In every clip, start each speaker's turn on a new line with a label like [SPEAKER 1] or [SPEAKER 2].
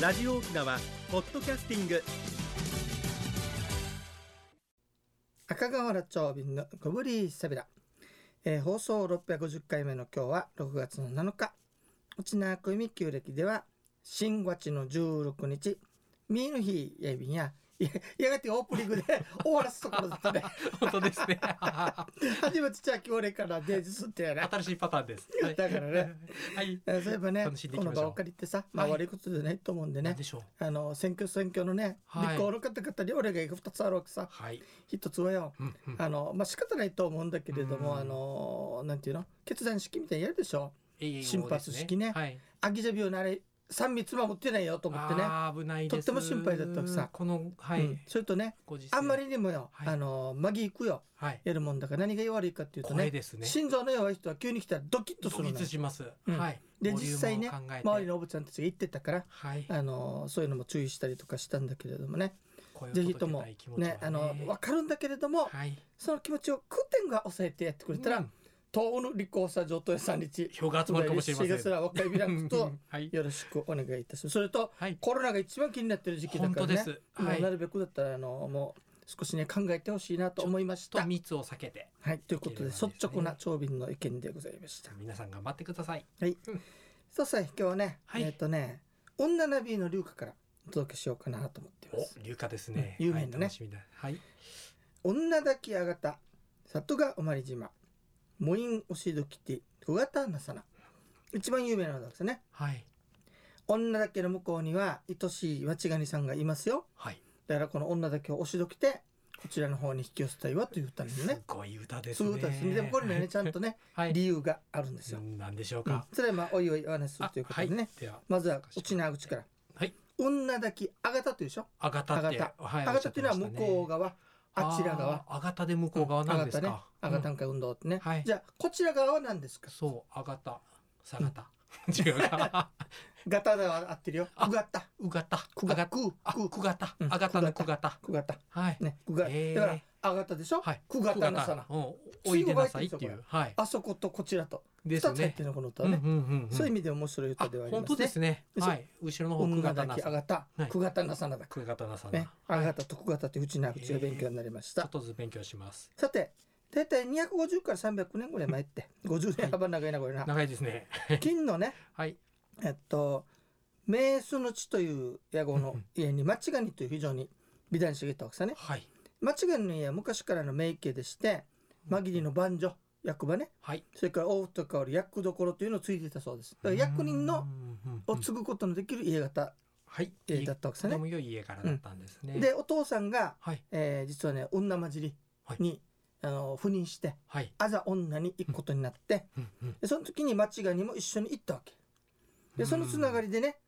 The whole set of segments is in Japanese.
[SPEAKER 1] ラジオ沖縄ポッドキャスティング
[SPEAKER 2] 赤瓦町便のゴブリーサビラ、えー放送650回目の今日は6月の7日内縄組旧暦では新月の16日ミーの日やいびんやいややがてオープニン グで終わらすところだったね
[SPEAKER 3] 本当ですね。
[SPEAKER 2] 初めてじゃあ今日俺からデージすってやな
[SPEAKER 3] 新しいパターンです。はい。
[SPEAKER 2] だからね
[SPEAKER 3] はい。
[SPEAKER 2] えーそういえばね
[SPEAKER 3] 楽しんでい
[SPEAKER 2] こ
[SPEAKER 3] き
[SPEAKER 2] の
[SPEAKER 3] ましょう
[SPEAKER 2] 場を借りてさ、まあ、
[SPEAKER 3] はい
[SPEAKER 2] 悪いことじゃないと思うんで
[SPEAKER 3] 何
[SPEAKER 2] ね
[SPEAKER 3] でしょう。
[SPEAKER 2] あの選挙選挙のね、
[SPEAKER 3] はい
[SPEAKER 2] 立候補の方々に俺が2つあるわけさ
[SPEAKER 3] はい。
[SPEAKER 2] 1つはよ
[SPEAKER 3] うんうん
[SPEAKER 2] あのまあ仕方ないと思うんだけれども、
[SPEAKER 3] うん
[SPEAKER 2] あのなんていうの決断式みたいにやるでしょ瞬発式ね
[SPEAKER 3] はい。
[SPEAKER 2] アギジャビオのあれ3密守ってないよと思ってね、
[SPEAKER 3] あー危ないです。
[SPEAKER 2] とっても心配だったわけさ
[SPEAKER 3] このは
[SPEAKER 2] うん
[SPEAKER 3] い。
[SPEAKER 2] それとね
[SPEAKER 3] ご時世
[SPEAKER 2] あんまりにもよ、
[SPEAKER 3] はい
[SPEAKER 2] あのマギ行くよ
[SPEAKER 3] はい。
[SPEAKER 2] やるもんだから何が悪いかっていうと
[SPEAKER 3] 怖
[SPEAKER 2] ね
[SPEAKER 3] いですね。
[SPEAKER 2] 心臓の弱い人は急に来たらドキッとする
[SPEAKER 3] ド
[SPEAKER 2] の
[SPEAKER 3] キッ
[SPEAKER 2] よ
[SPEAKER 3] とします。
[SPEAKER 2] うん
[SPEAKER 3] はい。
[SPEAKER 2] で
[SPEAKER 3] ボリューム
[SPEAKER 2] 実際ね
[SPEAKER 3] を考えて
[SPEAKER 2] 周りのおばちゃんたちが言ってたから
[SPEAKER 3] はい。
[SPEAKER 2] あのそういうのも注意したりとかしたんだけれどもね
[SPEAKER 3] 声を
[SPEAKER 2] ぜひとも
[SPEAKER 3] 届けたい気持ちは
[SPEAKER 2] ねあの分かるんだけれども、
[SPEAKER 3] はい。
[SPEAKER 2] その気持ちを空天が抑えてやってくれたら、
[SPEAKER 3] うん
[SPEAKER 2] 東欧の立候補者上等予算率
[SPEAKER 3] 票が集まるかもしれませ
[SPEAKER 2] 東
[SPEAKER 3] ん。
[SPEAKER 2] が若いビランクと
[SPEAKER 3] はい。
[SPEAKER 2] よろしくお願いいたします。それと、
[SPEAKER 3] はい。
[SPEAKER 2] コロナが一番気になってる時期だ
[SPEAKER 3] 本
[SPEAKER 2] か
[SPEAKER 3] 当
[SPEAKER 2] ら
[SPEAKER 3] で
[SPEAKER 2] ね。
[SPEAKER 3] す。
[SPEAKER 2] も
[SPEAKER 3] は
[SPEAKER 2] う
[SPEAKER 3] い
[SPEAKER 2] な。るべくだったら、あの、もう。少しね、考えてほしいなと思いまし
[SPEAKER 3] と
[SPEAKER 2] た。
[SPEAKER 3] 密を避けて
[SPEAKER 2] はい、ということで、
[SPEAKER 3] できればです
[SPEAKER 2] 率
[SPEAKER 3] ね
[SPEAKER 2] 直な長瓶の意見でございました。
[SPEAKER 3] 皆さん頑張ってください。
[SPEAKER 2] そうさ、今日はね、
[SPEAKER 3] はい
[SPEAKER 2] えっ、とね、女ナビーの龍華からお届けしようかなと思っています。
[SPEAKER 3] お、流化ですね。
[SPEAKER 2] うん有名なね
[SPEAKER 3] はい楽しみだ。はい。
[SPEAKER 2] 女抱きあがた里がおまり島モインオシドキティ小型なさな一番有名なのですね
[SPEAKER 3] はい。
[SPEAKER 2] 女だけの向こうには愛しいワチガニさんがいますよ
[SPEAKER 3] はい。
[SPEAKER 2] だからこの女だけをオシドキてこちらの方に引き寄せたいわという歌です
[SPEAKER 3] す
[SPEAKER 2] ね
[SPEAKER 3] ごい歌です
[SPEAKER 2] そう
[SPEAKER 3] ね。
[SPEAKER 2] いう歌ですねでもこれにはねちゃんとね
[SPEAKER 3] はい。
[SPEAKER 2] 理由があるんですよ、
[SPEAKER 3] 何でしょう
[SPEAKER 2] うん
[SPEAKER 3] か。、
[SPEAKER 2] それはまあおいおいお話しする
[SPEAKER 3] あ
[SPEAKER 2] ということでね、
[SPEAKER 3] はい、では、
[SPEAKER 2] まずはうちな口から
[SPEAKER 3] はい。
[SPEAKER 2] 女抱きあがたというでしょ
[SPEAKER 3] あがたって、
[SPEAKER 2] あが
[SPEAKER 3] は
[SPEAKER 2] あがたっていうのは向こう
[SPEAKER 3] 側、
[SPEAKER 2] 側あちら側
[SPEAKER 3] あー。あがたで向こう側なんですか。
[SPEAKER 2] あがた
[SPEAKER 3] うん
[SPEAKER 2] ね、あがたんか運動ってね、
[SPEAKER 3] はい
[SPEAKER 2] じゃあこちら側は何ですか
[SPEAKER 3] そう、あがた、さがた。 違うか。
[SPEAKER 2] ガタだは合ってるよ。
[SPEAKER 3] あ
[SPEAKER 2] くがった。
[SPEAKER 3] うがた、
[SPEAKER 2] く
[SPEAKER 3] あ
[SPEAKER 2] が
[SPEAKER 3] が
[SPEAKER 2] く
[SPEAKER 3] あ、
[SPEAKER 2] く
[SPEAKER 3] くがた、
[SPEAKER 2] うん
[SPEAKER 3] あがたのくがた。
[SPEAKER 2] くがった。
[SPEAKER 3] はい。
[SPEAKER 2] ね、くが。だ
[SPEAKER 3] へー
[SPEAKER 2] から、あがたでしょ
[SPEAKER 3] はい。
[SPEAKER 2] くがたなさな
[SPEAKER 3] く。がたうんおいでなさいってい
[SPEAKER 2] すぐ
[SPEAKER 3] う。はい。
[SPEAKER 2] あそことこちらと。
[SPEAKER 3] で
[SPEAKER 2] 二
[SPEAKER 3] す
[SPEAKER 2] つ入っ
[SPEAKER 3] ね
[SPEAKER 2] て。るの、この歌
[SPEAKER 3] うん
[SPEAKER 2] は
[SPEAKER 3] うん
[SPEAKER 2] ね。
[SPEAKER 3] うんうん。
[SPEAKER 2] そういう意味で面白い歌ではあ
[SPEAKER 3] あ
[SPEAKER 2] りま
[SPEAKER 3] 本当
[SPEAKER 2] す
[SPEAKER 3] で
[SPEAKER 2] ね。
[SPEAKER 3] すね。
[SPEAKER 2] でしょ
[SPEAKER 3] はい。後ろの方、く
[SPEAKER 2] 女
[SPEAKER 3] がた
[SPEAKER 2] だ
[SPEAKER 3] な
[SPEAKER 2] けあ
[SPEAKER 3] さ。
[SPEAKER 2] がた
[SPEAKER 3] は。い
[SPEAKER 2] くがたなさなだ。
[SPEAKER 3] くがたなさ
[SPEAKER 2] ね
[SPEAKER 3] な。、
[SPEAKER 2] あ
[SPEAKER 3] は
[SPEAKER 2] が
[SPEAKER 3] い。ち
[SPEAKER 2] たとくがたってうちな口が勉強になりまし。
[SPEAKER 3] ょったとずつ勉強します。
[SPEAKER 2] さて、だいたい250から300年ぐらい前って、50年幅長いな、これな。
[SPEAKER 3] 長いですね。
[SPEAKER 2] 金のね、
[SPEAKER 3] はい。
[SPEAKER 2] えっと、メースの地という屋号の家に間違いにという非常に美談に茂ったわけさね。
[SPEAKER 3] はい。
[SPEAKER 2] 間違いの家は昔からの名家でして間切りの番所役場ね
[SPEAKER 3] はい。
[SPEAKER 2] それから大太香る役どころというのをついていたそうですだから役人のを継
[SPEAKER 3] ぐ、
[SPEAKER 2] ぐことのできる家型
[SPEAKER 3] はい、
[SPEAKER 2] えーだったわけです
[SPEAKER 3] とて
[SPEAKER 2] ね
[SPEAKER 3] も良い家柄だったんですね。
[SPEAKER 2] でお父さんが、
[SPEAKER 3] はい
[SPEAKER 2] えー実はね女混じりに、あの赴任して
[SPEAKER 3] はい、
[SPEAKER 2] あざ女に行くことになって
[SPEAKER 3] うんうん
[SPEAKER 2] でその時に間違いにも一緒に行ったわけでそのつながりでね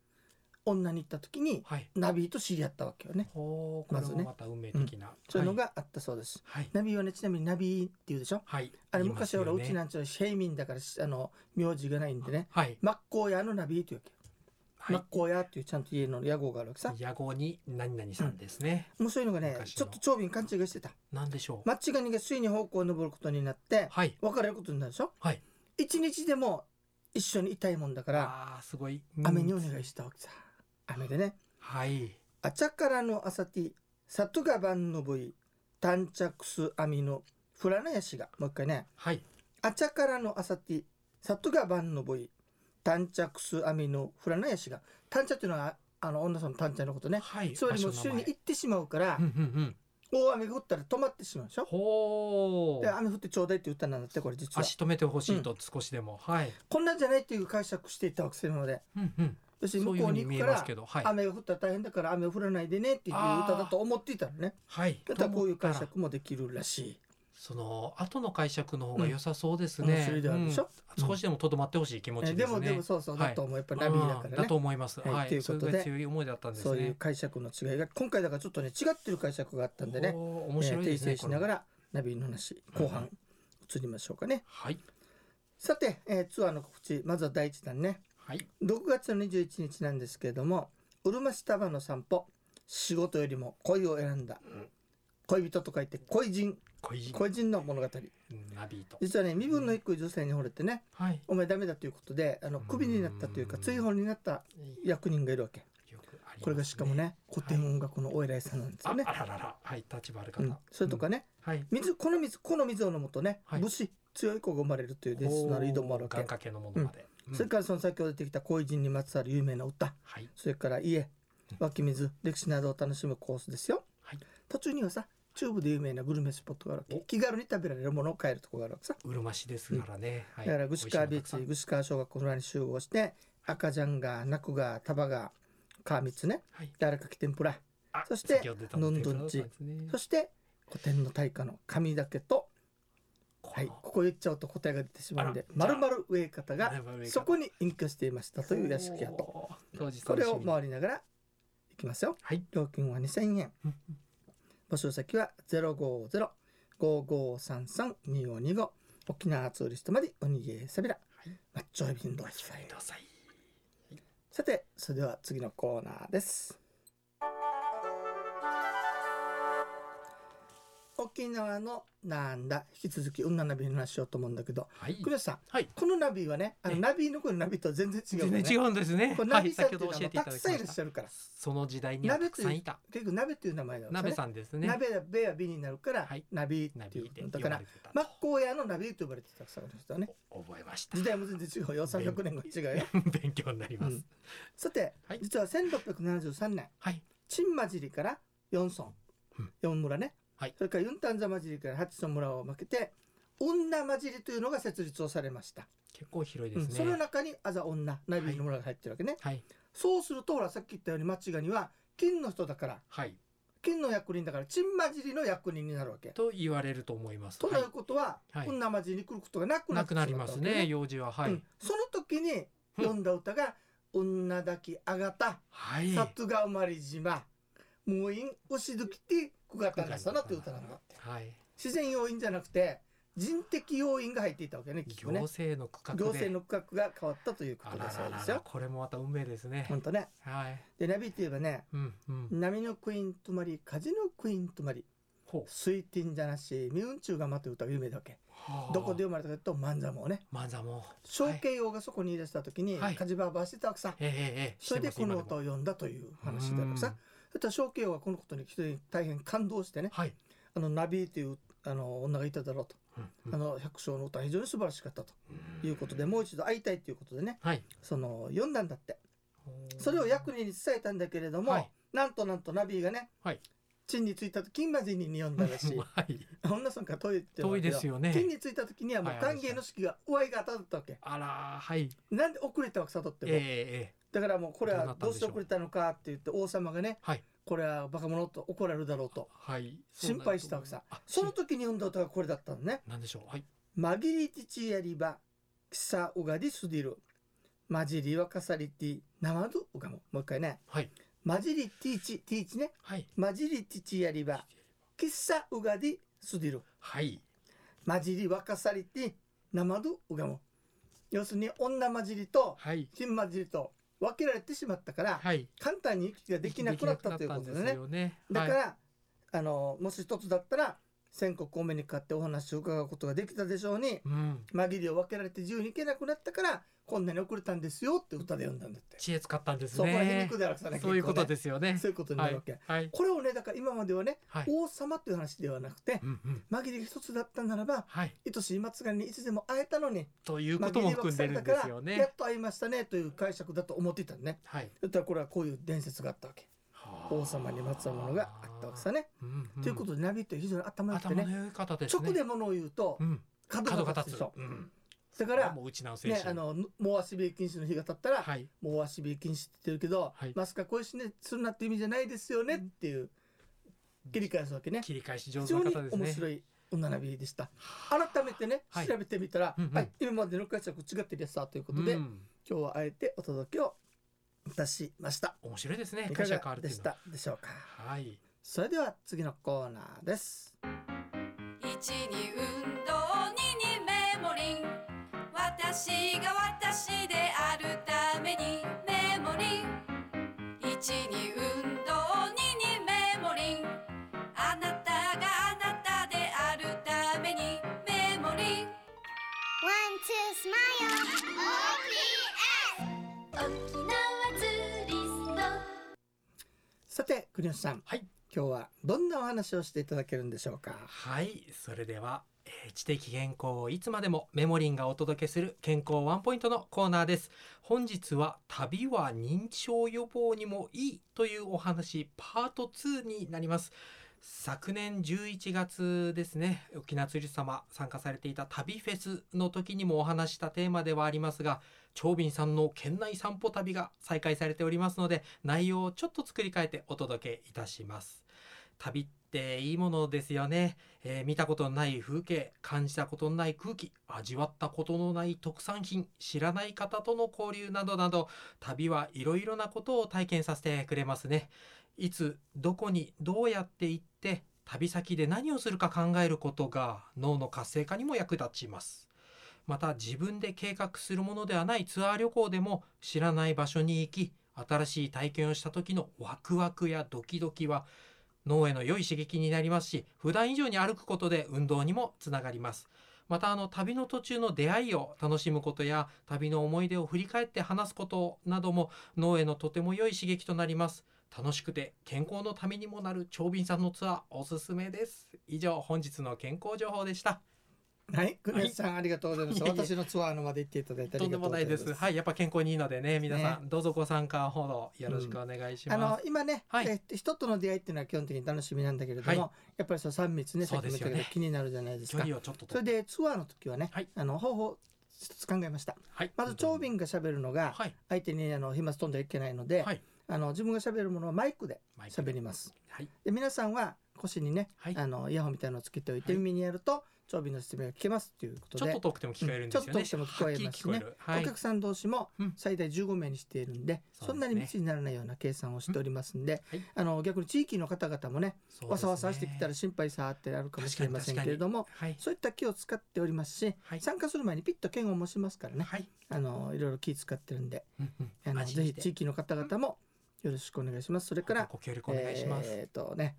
[SPEAKER 2] 女に行った時に
[SPEAKER 3] はい。
[SPEAKER 2] ナビーと知り合ったわけよね
[SPEAKER 3] ほうこれもまた運命的な、
[SPEAKER 2] そういうのがあったそうです、
[SPEAKER 3] はい
[SPEAKER 2] ナビーはねちなみにナビーって言うでしょ
[SPEAKER 3] はい。はい
[SPEAKER 2] あれ
[SPEAKER 3] 言います
[SPEAKER 2] 昔
[SPEAKER 3] よ
[SPEAKER 2] 俺うち
[SPEAKER 3] ね
[SPEAKER 2] なんちはシェイミンだからしあの名字がないんでね
[SPEAKER 3] はい
[SPEAKER 2] 真っ向屋のナビーというわけ、真
[SPEAKER 3] は
[SPEAKER 2] っ向屋っていうちゃんと家の屋号があるわけさ
[SPEAKER 3] い。野号に何々さんですね。
[SPEAKER 2] 面白いのがね
[SPEAKER 3] 昔
[SPEAKER 2] ちょ
[SPEAKER 3] の
[SPEAKER 2] っと長瓶勘違いしてた
[SPEAKER 3] なんでしょう。
[SPEAKER 2] マッチガニが水に方向を登ることになって
[SPEAKER 3] はい。
[SPEAKER 2] 別れることになるでしょ、
[SPEAKER 3] はい
[SPEAKER 2] 一日でも一緒にいたいもんだから
[SPEAKER 3] ああすごい。
[SPEAKER 2] 雨にお
[SPEAKER 3] うん
[SPEAKER 2] 願いしたわけさ雨でね
[SPEAKER 3] はい。
[SPEAKER 2] 「あちゃからのあさてさとがばんのぶい短着すあみのふらなやしが」もう一回ね
[SPEAKER 3] はい。
[SPEAKER 2] あちゃからのあさて、さとがばんのぼい、短着すあみのふらなやしが。短茶っていうのは、あの、女さんの短茶のことね。
[SPEAKER 3] はい。
[SPEAKER 2] つまりもう
[SPEAKER 3] 場
[SPEAKER 2] 週
[SPEAKER 3] 所の
[SPEAKER 2] に
[SPEAKER 3] 名前
[SPEAKER 2] 行ってしまうから
[SPEAKER 3] うん、うんうん。
[SPEAKER 2] 大雨が降ったら止まってしまうでしょ。
[SPEAKER 3] ほ
[SPEAKER 2] で、
[SPEAKER 3] う。
[SPEAKER 2] 雨降ってちょうだいっていう歌なんだって、これ実は。
[SPEAKER 3] 足止めてほしいと少しでも、はい。
[SPEAKER 2] こんなんじゃないっていう解釈していたわけですので。
[SPEAKER 3] うんうん。
[SPEAKER 2] 要する
[SPEAKER 3] そ
[SPEAKER 2] に
[SPEAKER 3] うい
[SPEAKER 2] 向こ
[SPEAKER 3] うふ
[SPEAKER 2] う
[SPEAKER 3] う
[SPEAKER 2] に
[SPEAKER 3] に
[SPEAKER 2] 行
[SPEAKER 3] 見
[SPEAKER 2] く
[SPEAKER 3] え
[SPEAKER 2] か
[SPEAKER 3] ます
[SPEAKER 2] ら
[SPEAKER 3] け、ど、はい。
[SPEAKER 2] 雨が降ったら大変だから雨を降らないでねっていう歌だと思っていたのね。
[SPEAKER 3] はい。
[SPEAKER 2] だったらこういう解
[SPEAKER 3] と思ったら
[SPEAKER 2] 釈もできるらしい。
[SPEAKER 3] その後の解釈の方が良さそうです
[SPEAKER 2] うん面
[SPEAKER 3] ね。
[SPEAKER 2] 白いであるでしょ
[SPEAKER 3] うん少しでもとどまってほしい気持
[SPEAKER 2] え
[SPEAKER 3] ち
[SPEAKER 2] で
[SPEAKER 3] です
[SPEAKER 2] も
[SPEAKER 3] ね。
[SPEAKER 2] でもそうそうだと思う。やっぱりナビだか
[SPEAKER 3] う
[SPEAKER 2] ら
[SPEAKER 3] んだ
[SPEAKER 2] ね
[SPEAKER 3] と。思います。
[SPEAKER 2] はい
[SPEAKER 3] はい。
[SPEAKER 2] ということで
[SPEAKER 3] それが強い思いだったんですね。
[SPEAKER 2] そういう解釈の違いが今回だからちょっとね違ってる解釈があったんでね
[SPEAKER 3] おー面白いですね。
[SPEAKER 2] えー訂正しなが
[SPEAKER 3] ら。
[SPEAKER 2] らナビの話後半移りましょうかね、
[SPEAKER 3] はい。
[SPEAKER 2] さて、えーツアーの告知まずは第一弾ね
[SPEAKER 3] はい。
[SPEAKER 2] 6月の21日なんですけれども「うるま市束の散歩仕事よりも恋を選んだ
[SPEAKER 3] ん
[SPEAKER 2] 恋人」と書いて恋人
[SPEAKER 3] 恋人
[SPEAKER 2] 恋人の物語
[SPEAKER 3] ナビと。
[SPEAKER 2] 実はね身分の低い女性に惚れてね
[SPEAKER 3] はい。
[SPEAKER 2] お前ダメだということであのクビになったというか
[SPEAKER 3] うん
[SPEAKER 2] 追放になった役人がいるわけ
[SPEAKER 3] よくます
[SPEAKER 2] これがしかもね古典音楽のお偉いさんなんです
[SPEAKER 3] あ
[SPEAKER 2] よね、
[SPEAKER 3] あらららはい立場ある方、
[SPEAKER 2] うん、それとかね、
[SPEAKER 3] はい
[SPEAKER 2] 水この水この水を飲むとね、
[SPEAKER 3] はい
[SPEAKER 2] 武士強い子が生まれるという伝説のある井戸もあるわけ、
[SPEAKER 3] 願掛けのものまで、うん
[SPEAKER 2] それからその先ほど出てきた恋人にまつわる有名な歌
[SPEAKER 3] はい
[SPEAKER 2] それから家湧き水歴史などを楽しむコースですよ、
[SPEAKER 3] はい
[SPEAKER 2] 途中にはさチューブで有名なグルメスポットがあるわ
[SPEAKER 3] お
[SPEAKER 2] け気軽に食べられるものを買えるとこがあるわけさ、
[SPEAKER 3] うるま市ですからね、はい
[SPEAKER 2] だから串川ビーチ
[SPEAKER 3] 美味し
[SPEAKER 2] 串
[SPEAKER 3] いのたく
[SPEAKER 2] 川小学校の裏に集合して赤ジャンガーナクガータバガー川光ね
[SPEAKER 3] さんはい
[SPEAKER 2] で荒垣天ぷら
[SPEAKER 3] あ
[SPEAKER 2] そして
[SPEAKER 3] 先ほど出たの
[SPEAKER 2] のんどんち
[SPEAKER 3] 天ぷらのやつね
[SPEAKER 2] そして古典の大家の神だけと
[SPEAKER 3] こ
[SPEAKER 2] はい、
[SPEAKER 3] の
[SPEAKER 2] ここ言っちゃうと答えが出てしまうんで、
[SPEAKER 3] あ
[SPEAKER 2] ま
[SPEAKER 3] ら
[SPEAKER 2] るまる上方が
[SPEAKER 3] 丸々上方
[SPEAKER 2] そこに隠居していましたという屋敷跡。
[SPEAKER 3] おー当時
[SPEAKER 2] こ
[SPEAKER 3] 楽
[SPEAKER 2] れ
[SPEAKER 3] し
[SPEAKER 2] を
[SPEAKER 3] み
[SPEAKER 2] 回りながら行きますよ。
[SPEAKER 3] はい
[SPEAKER 2] 料金は2000円
[SPEAKER 3] うん。
[SPEAKER 2] 募集先は050-5533-2525沖縄ツーリストまでおにぎりさびら。マッチョイビンドイツ
[SPEAKER 3] どうぞい
[SPEAKER 2] さて、それでは次のコーナーです。沖縄のなんだ引き続き女ナビの話しようと思うんだけど、
[SPEAKER 3] はい
[SPEAKER 2] クリスさん、
[SPEAKER 3] はい
[SPEAKER 2] このナビはね、あの
[SPEAKER 3] ええ
[SPEAKER 2] ナビのこのナビと全然違う、ね。
[SPEAKER 3] 全然違うんですね
[SPEAKER 2] これナ
[SPEAKER 3] は
[SPEAKER 2] ビ
[SPEAKER 3] い
[SPEAKER 2] さんって
[SPEAKER 3] 先
[SPEAKER 2] いう
[SPEAKER 3] ほ
[SPEAKER 2] の
[SPEAKER 3] ど
[SPEAKER 2] はも
[SPEAKER 3] 教え
[SPEAKER 2] うたくさんい
[SPEAKER 3] ていただきま
[SPEAKER 2] らっ
[SPEAKER 3] し
[SPEAKER 2] しゃ
[SPEAKER 3] た
[SPEAKER 2] るから。
[SPEAKER 3] その時代にはたくさんいた
[SPEAKER 2] 結局鍋という名前なんですよ
[SPEAKER 3] 鍋
[SPEAKER 2] ね。
[SPEAKER 3] さんですね
[SPEAKER 2] 鍋だべやびになるから、
[SPEAKER 3] はい
[SPEAKER 2] ナビ
[SPEAKER 3] ナ
[SPEAKER 2] ってい
[SPEAKER 3] ビで
[SPEAKER 2] う。
[SPEAKER 3] 呼
[SPEAKER 2] だか
[SPEAKER 3] ば
[SPEAKER 2] ら
[SPEAKER 3] れてた
[SPEAKER 2] 真っ向屋のナビと呼ばれてたくさんの人はね。
[SPEAKER 3] お覚えました
[SPEAKER 2] 時代も全然違うよ。300年後違うよ。
[SPEAKER 3] 勉強になります、
[SPEAKER 2] うんさて、
[SPEAKER 3] はい
[SPEAKER 2] 実は1673年、
[SPEAKER 3] はい
[SPEAKER 2] 陳混じりから四村
[SPEAKER 3] うん、
[SPEAKER 2] 四、村ね、
[SPEAKER 3] はい
[SPEAKER 2] それからユンタンザ混じりから八村村を負けて、女混じりというのが設立をされました。
[SPEAKER 3] 結構広いです
[SPEAKER 2] うん
[SPEAKER 3] ね、
[SPEAKER 2] その中にあざ女、ナビの村が入ってるわけね。
[SPEAKER 3] はい
[SPEAKER 2] そうするとほらさっき言ったように町がには金の人だから
[SPEAKER 3] はい
[SPEAKER 2] 金の役人だからチン混じりの役人になるわけ。
[SPEAKER 3] と言われると思います
[SPEAKER 2] と
[SPEAKER 3] はい
[SPEAKER 2] いうことは、
[SPEAKER 3] はい
[SPEAKER 2] こんな混じりに来ることがなくな
[SPEAKER 3] な
[SPEAKER 2] って
[SPEAKER 3] く
[SPEAKER 2] しま
[SPEAKER 3] な
[SPEAKER 2] ったわ
[SPEAKER 3] りま
[SPEAKER 2] け
[SPEAKER 3] すね、用事ははい、
[SPEAKER 2] うんその時に読んだ歌が「女抱きあがた
[SPEAKER 3] はい
[SPEAKER 2] 里が生まれ島もういんおしどきてくがたなさな」っていう歌なんだって
[SPEAKER 3] はい
[SPEAKER 2] 自然要因じゃなくて人的要因が入っていたわけねきっと
[SPEAKER 3] 行
[SPEAKER 2] ね
[SPEAKER 3] 政の区画で
[SPEAKER 2] 行政の区画が変わったというこ
[SPEAKER 3] あ
[SPEAKER 2] と
[SPEAKER 3] ら
[SPEAKER 2] だそ
[SPEAKER 3] ら
[SPEAKER 2] うで
[SPEAKER 3] ら
[SPEAKER 2] す
[SPEAKER 3] ら
[SPEAKER 2] よ
[SPEAKER 3] これもまた運命ですね、
[SPEAKER 2] 本当ね
[SPEAKER 3] はい
[SPEAKER 2] でナビっていえばね
[SPEAKER 3] うんうん
[SPEAKER 2] 波のクイーンとまり風のクイーンとまり
[SPEAKER 3] ほ
[SPEAKER 2] 水天じゃなしミウンチュウが待って歌が有名だわけ
[SPEAKER 3] う
[SPEAKER 2] どこで生まれたかというと万座もね
[SPEAKER 3] マザも
[SPEAKER 2] 象形王がそこに言い出した時に
[SPEAKER 3] はい
[SPEAKER 2] 火事場をしてたわけさ、
[SPEAKER 3] ええええええ
[SPEAKER 2] それでこの歌を
[SPEAKER 3] して
[SPEAKER 2] 読んだという
[SPEAKER 3] ま
[SPEAKER 2] 話
[SPEAKER 3] す今
[SPEAKER 2] だ
[SPEAKER 3] で
[SPEAKER 2] わ
[SPEAKER 3] も
[SPEAKER 2] けさそしたら象形王がこのことに非常に大変感動してね
[SPEAKER 3] うんはい、
[SPEAKER 2] あのナビーというあの女がいただろうと、
[SPEAKER 3] うん
[SPEAKER 2] あの百姓の歌は非常に素晴らしかったということでもう一度会いたいということでね
[SPEAKER 3] はい
[SPEAKER 2] その読んだんだってそれを役人に伝えたんだけれども、
[SPEAKER 3] はい
[SPEAKER 2] なんとなんとナビーがね、
[SPEAKER 3] はい
[SPEAKER 2] 地に着いたと金馬寺に読んだら しい
[SPEAKER 3] はい
[SPEAKER 2] 女さんから遠いっていうの
[SPEAKER 3] 遠
[SPEAKER 2] はいけ
[SPEAKER 3] ですよね
[SPEAKER 2] 金に着いた時にはもう
[SPEAKER 3] はい
[SPEAKER 2] 歓迎の式がお会いが当たったわけ、
[SPEAKER 3] あらはい
[SPEAKER 2] なんで遅れたわけさとって
[SPEAKER 3] え
[SPEAKER 2] も、
[SPEAKER 3] えええ
[SPEAKER 2] だからもうこれ
[SPEAKER 3] どうな
[SPEAKER 2] は
[SPEAKER 3] ったん
[SPEAKER 2] どう
[SPEAKER 3] で
[SPEAKER 2] し
[SPEAKER 3] しょ
[SPEAKER 2] て
[SPEAKER 3] う
[SPEAKER 2] 遅れたのかって言って王様がね
[SPEAKER 3] はい
[SPEAKER 2] これはバカ者と怒られるだろうと
[SPEAKER 3] はい
[SPEAKER 2] 心配したわけさ
[SPEAKER 3] あ
[SPEAKER 2] その時に読んだ歌がこれだったのね
[SPEAKER 3] なんでしょうはい
[SPEAKER 2] 「紛りティチやりばキサウガディスディル」「混じりはかさりティ生どうかも」もう一回ね
[SPEAKER 3] はい
[SPEAKER 2] 「混じりティーチティーチね
[SPEAKER 3] はい
[SPEAKER 2] 混じりティチやりばキサウガディスディル」
[SPEAKER 3] はい
[SPEAKER 2] 「混じりはかさりティ生どうかも」要するに女混じりと
[SPEAKER 3] はい
[SPEAKER 2] 金混じりと分けられてしまったから
[SPEAKER 3] はい
[SPEAKER 2] 簡単に行き来ができなくなったということですね。だから、
[SPEAKER 3] はい
[SPEAKER 2] あのもし一つだったら全国お目にかかってお話を伺うことができたでしょうに
[SPEAKER 3] うん
[SPEAKER 2] 紛れを分けられて自由に行けなくなったからこんなに遅れたんですよって歌で読んだんだって、
[SPEAKER 3] 知恵使ったんです
[SPEAKER 2] そこら辺
[SPEAKER 3] ね
[SPEAKER 2] にくだらさね
[SPEAKER 3] そういうことですすよね
[SPEAKER 2] そういうことになるわけ、
[SPEAKER 3] はい
[SPEAKER 2] これをねだから今まではね、
[SPEAKER 3] はい
[SPEAKER 2] 王様という話ではなくて
[SPEAKER 3] うんうん
[SPEAKER 2] 紛れが一つだったならば
[SPEAKER 3] はい
[SPEAKER 2] 愛しい松がりにいつでも会えたのに
[SPEAKER 3] というこ
[SPEAKER 2] 紛
[SPEAKER 3] と
[SPEAKER 2] れ
[SPEAKER 3] も
[SPEAKER 2] は
[SPEAKER 3] 含んでるん
[SPEAKER 2] か
[SPEAKER 3] で
[SPEAKER 2] さ
[SPEAKER 3] す
[SPEAKER 2] れ
[SPEAKER 3] よ
[SPEAKER 2] たからや
[SPEAKER 3] ね
[SPEAKER 2] っと会いましたねという解釈だと思っていたのね
[SPEAKER 3] はい
[SPEAKER 2] だからこれはこういう伝説があったわけ王様にまつわるものがあったわけさね
[SPEAKER 3] うんうん
[SPEAKER 2] ということでナビって非常に頭良くて
[SPEAKER 3] 頭
[SPEAKER 2] ね
[SPEAKER 3] の良い方ですね
[SPEAKER 2] 直でものを言うと
[SPEAKER 3] うん
[SPEAKER 2] 角
[SPEAKER 3] 角
[SPEAKER 2] が
[SPEAKER 3] が
[SPEAKER 2] 立つ
[SPEAKER 3] 立つ
[SPEAKER 2] でしょ、
[SPEAKER 3] うん
[SPEAKER 2] だから
[SPEAKER 3] もう打ち直せ
[SPEAKER 2] ねあの猛足冷禁止の日が経ったら、
[SPEAKER 3] はい
[SPEAKER 2] 猛足冷禁止って言ってるけど、
[SPEAKER 3] はい
[SPEAKER 2] マスカ恋しねするなって意味じゃないですよねっていう切り返すわけね
[SPEAKER 3] 切り返し上
[SPEAKER 2] 非
[SPEAKER 3] 手
[SPEAKER 2] 常
[SPEAKER 3] な
[SPEAKER 2] に
[SPEAKER 3] 方ですね
[SPEAKER 2] 面白い女ナビでした改めてね、
[SPEAKER 3] はい
[SPEAKER 2] 調べてみたら、
[SPEAKER 3] うんうん
[SPEAKER 2] はい今までの解釈違ってるやつだということで、
[SPEAKER 3] うん
[SPEAKER 2] 今日はあえてお届けをいたしました
[SPEAKER 3] 面白いですね
[SPEAKER 2] いか
[SPEAKER 3] 解釈あ
[SPEAKER 2] が
[SPEAKER 3] るって
[SPEAKER 2] で
[SPEAKER 3] いう
[SPEAKER 2] し
[SPEAKER 3] のは
[SPEAKER 2] たでしょうか
[SPEAKER 3] はい
[SPEAKER 2] それでは次のコーナーです
[SPEAKER 4] 一に運動二にメモリン私が私であるためにメモリン一に運動二にメモリンあなたがあなたであるためにメモリン
[SPEAKER 5] One, two, smile. OPS.
[SPEAKER 4] 沖縄ツーリスト
[SPEAKER 2] さて国吉さん、
[SPEAKER 3] はい
[SPEAKER 2] 今日はどんなお話をしていただけるんでしょうか
[SPEAKER 3] はいそれでは、えー知的健康をいつまでもメモリンがお届けする健康ワンポイントのコーナーです本日は旅は認知症予防にもいいというお話パート2になります昨年11月ですね沖縄釣り様参加されていた旅フェスの時にもお話ししたテーマではありますが長敏さんの県内散歩旅が再開されておりますので内容をちょっと作り変えてお届けいたします旅っていいものですよね、えー見たことのない風景感じたことのない空気味わったことのない特産品知らない方との交流などなど旅はいろいろなことを体験させてくれますねいつどこにどうやって行って旅先で何をするか考えることが脳の活性化にも役立ちますまた自分で計画するものではないツアー旅行でも知らない場所に行き新しい体験をした時のワクワクやドキドキは脳への良い刺激になりますし普段以上に歩くことで運動にもつながりますまたあの旅の途中の出会いを楽しむことや旅の思い出を振り返って話すことなども脳へのとても良い刺激となります楽しくて健康のためにもなる長敏さんのツアーおすすめです以上本日の健康情報でした
[SPEAKER 2] はい国吉さん、ありがとうございます
[SPEAKER 3] いえいえ
[SPEAKER 2] 私のツアーのまで行っていただいてあ
[SPEAKER 3] と
[SPEAKER 2] り
[SPEAKER 3] んで
[SPEAKER 2] がと
[SPEAKER 3] も
[SPEAKER 2] うござ
[SPEAKER 3] ないい
[SPEAKER 2] ま
[SPEAKER 3] ですすはいやっぱ健康にいいのでね皆さん、どうぞご参加フォローよろしくお願いしま
[SPEAKER 2] あの
[SPEAKER 3] す、
[SPEAKER 2] 今ね、
[SPEAKER 3] はい
[SPEAKER 2] えっと人との出会いっていうのは基本的に楽しみなんだけれども、
[SPEAKER 3] はい
[SPEAKER 2] やっぱりそう3密ねさっきも言ったけ
[SPEAKER 3] そう
[SPEAKER 2] ど
[SPEAKER 3] ですよね
[SPEAKER 2] 気になるじゃないです
[SPEAKER 3] 距
[SPEAKER 2] か
[SPEAKER 3] 離をちょっと
[SPEAKER 2] それ
[SPEAKER 3] と
[SPEAKER 2] でツアーの時はね、
[SPEAKER 3] はい
[SPEAKER 2] あの方法一つ考えました
[SPEAKER 3] はい
[SPEAKER 2] まず長敏がしゃべるのが
[SPEAKER 3] はい
[SPEAKER 2] 相手にあの飛沫飛んではいけないので、
[SPEAKER 3] はい
[SPEAKER 2] あの自分がしゃべるものはマイクで
[SPEAKER 3] マイク
[SPEAKER 2] 喋ります
[SPEAKER 3] はい
[SPEAKER 2] で皆さんは腰にね、
[SPEAKER 3] はい
[SPEAKER 2] あのイヤホンみたいなのをつけておいて、
[SPEAKER 3] はい
[SPEAKER 2] 耳にやると長敏の説明が聞けますということ
[SPEAKER 3] ちょ
[SPEAKER 2] で
[SPEAKER 3] っと遠くても聞こえるんですよ
[SPEAKER 2] う
[SPEAKER 3] ね。
[SPEAKER 2] んちょっと遠くても聞こえますね
[SPEAKER 3] はっきり聞こえるはい
[SPEAKER 2] お客さん同士も
[SPEAKER 3] うん
[SPEAKER 2] 最大15名にしているんで,、
[SPEAKER 3] そうですね
[SPEAKER 2] そんなに密にならないような計算をしておりますんで、
[SPEAKER 3] うんはい
[SPEAKER 2] あの逆に地域の方々もね
[SPEAKER 3] そうですね
[SPEAKER 2] わさわさしてきたら心配さってあるかもしれませんけれども。
[SPEAKER 3] はい。
[SPEAKER 2] そういった気を使っておりますし、
[SPEAKER 3] はい
[SPEAKER 2] 参加する前にピッと剣を持しますからね、
[SPEAKER 3] はい。
[SPEAKER 2] あのいろいろ気使ってるんで
[SPEAKER 3] うんうん
[SPEAKER 2] あの
[SPEAKER 3] 安
[SPEAKER 2] ぜ
[SPEAKER 3] 心
[SPEAKER 2] ひ
[SPEAKER 3] して
[SPEAKER 2] 地域の方々もよろしくお願いしますそれから
[SPEAKER 3] ご協力お願いします。
[SPEAKER 2] えーとね、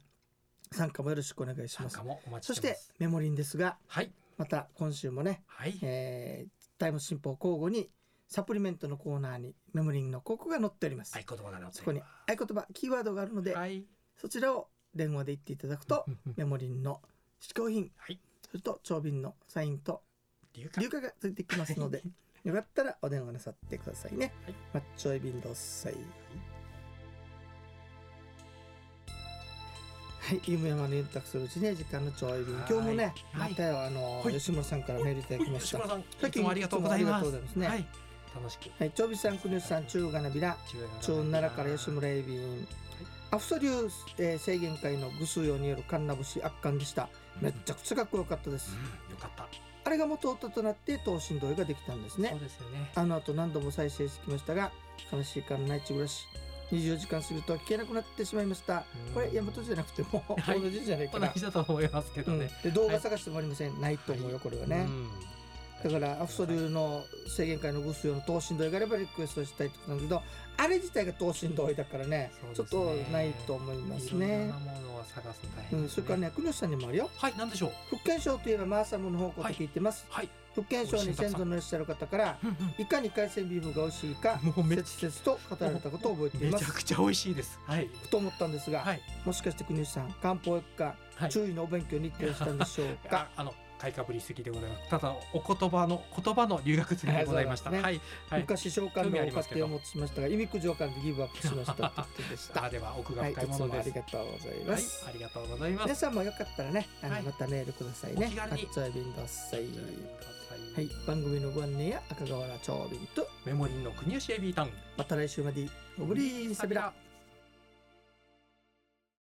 [SPEAKER 2] 参加もよろしくお願いしま
[SPEAKER 3] 参
[SPEAKER 2] す
[SPEAKER 3] 加もお待
[SPEAKER 2] そ
[SPEAKER 3] ち
[SPEAKER 2] し
[SPEAKER 3] してま
[SPEAKER 2] て
[SPEAKER 3] す。
[SPEAKER 2] メモリンですが
[SPEAKER 3] はい
[SPEAKER 2] また今週もね、
[SPEAKER 3] はい。
[SPEAKER 2] えー、タイム新報交互にサプリメントのコーナーにメモリンの広告が載っております、
[SPEAKER 3] 合言葉が載って
[SPEAKER 2] そこに合言葉キーワードがあるので、
[SPEAKER 3] はい。
[SPEAKER 2] そちらを電話で言っていただくと、
[SPEAKER 3] うんうん
[SPEAKER 2] メモリンの試供品
[SPEAKER 3] はい。
[SPEAKER 2] それと長瓶のサインと
[SPEAKER 3] 流感
[SPEAKER 2] 流化がついてきますので よかったらお電話なさってくださいね、
[SPEAKER 3] はい
[SPEAKER 2] マッチョイビンドッサイはい、夢山のゆったくするうちね時間のちょい便
[SPEAKER 3] はい
[SPEAKER 2] 今日もね、
[SPEAKER 3] はい
[SPEAKER 2] またよあの、
[SPEAKER 3] はい
[SPEAKER 2] 吉村さんからメールいただきまし
[SPEAKER 3] 吉
[SPEAKER 2] た
[SPEAKER 3] 村
[SPEAKER 2] は
[SPEAKER 3] さん、いつもありがとうございます。
[SPEAKER 2] いつもありがとうございますね
[SPEAKER 3] はい。楽しく。
[SPEAKER 2] い、ちょびさん、くにしさん、中がなびら中奈良から吉村エビンアフソリュー、えー、制限会の偶数用によるカンナ節圧巻でしためっちゃくちゃかっこよかったです、
[SPEAKER 3] うんよかった。
[SPEAKER 2] あれが元歌となって等身同意ができたんですね
[SPEAKER 3] そうですよね。
[SPEAKER 2] あの後何度も再生してきましたが悲しいから内地暮らし24時間すると聞けなくなってしまいました
[SPEAKER 3] うん
[SPEAKER 2] これ大和じゃなくても
[SPEAKER 3] は
[SPEAKER 2] 大
[SPEAKER 3] い
[SPEAKER 2] 和じゃないかな、
[SPEAKER 3] 同じだと思いますけ
[SPEAKER 2] う
[SPEAKER 3] ど
[SPEAKER 2] ん
[SPEAKER 3] ね。
[SPEAKER 2] で動画探してもありません、ないと思うよこれはね、
[SPEAKER 3] うん
[SPEAKER 2] だからアフソリューの制限会の偶数用の等身同意があればリクエストしたいってことなんだけどあれ自体が等身同意だからねち
[SPEAKER 3] そ
[SPEAKER 2] ょっ
[SPEAKER 3] うですね
[SPEAKER 2] とないと思います
[SPEAKER 3] いろ
[SPEAKER 2] ね
[SPEAKER 3] んなものを探すの大
[SPEAKER 2] う
[SPEAKER 3] 変
[SPEAKER 2] ん、
[SPEAKER 3] です
[SPEAKER 2] それからね国吉さんにもあるよ
[SPEAKER 3] はい、なんでしょう。
[SPEAKER 2] 福建省といえばマーサムの方向と聞いてます、
[SPEAKER 3] はい。
[SPEAKER 2] 福建省に先祖のいらっしゃる方から
[SPEAKER 3] うんうん
[SPEAKER 2] いかに海鮮ビーフが美味しいか
[SPEAKER 3] もうめっ
[SPEAKER 2] 切々と語られたことを覚えてい
[SPEAKER 3] め
[SPEAKER 2] ま
[SPEAKER 3] ちゃ
[SPEAKER 2] す
[SPEAKER 3] くちゃ美味しいです。はい。
[SPEAKER 2] ふと思ったんですが、
[SPEAKER 3] はい。
[SPEAKER 2] もしかして国吉さん漢方薬科、
[SPEAKER 3] はい。
[SPEAKER 2] 注意のお勉強に行ってらっしゃったんでしょう
[SPEAKER 3] あ
[SPEAKER 2] か
[SPEAKER 3] あの買いかぶりすぎでございます。ただお言葉の言葉の留学生でございました。
[SPEAKER 2] は
[SPEAKER 3] はいい、
[SPEAKER 2] そ
[SPEAKER 3] はい、
[SPEAKER 2] 昔召喚の
[SPEAKER 3] 興味あり
[SPEAKER 2] 家
[SPEAKER 3] ますけ
[SPEAKER 2] 庭
[SPEAKER 3] ど
[SPEAKER 2] をお持ちしましたが、いみくじをかんでギブアップしましたってことでした。
[SPEAKER 3] あでは奥が
[SPEAKER 2] はい、い
[SPEAKER 3] 深いも
[SPEAKER 2] つ
[SPEAKER 3] の
[SPEAKER 2] もあ
[SPEAKER 3] です。
[SPEAKER 2] り
[SPEAKER 3] はい
[SPEAKER 2] がとうございます。
[SPEAKER 3] ありがとうございます。
[SPEAKER 2] 皆さんもよかったらね、あの、
[SPEAKER 3] はい
[SPEAKER 2] またメールくださいね。
[SPEAKER 3] お気軽に
[SPEAKER 2] あっちょいびんどっさい。は
[SPEAKER 3] はい
[SPEAKER 2] い、、番組のご案内や赤瓦長瓶と、
[SPEAKER 3] メモリーの国吉エビータウン。
[SPEAKER 2] また来週まで、ごぶりーさびら。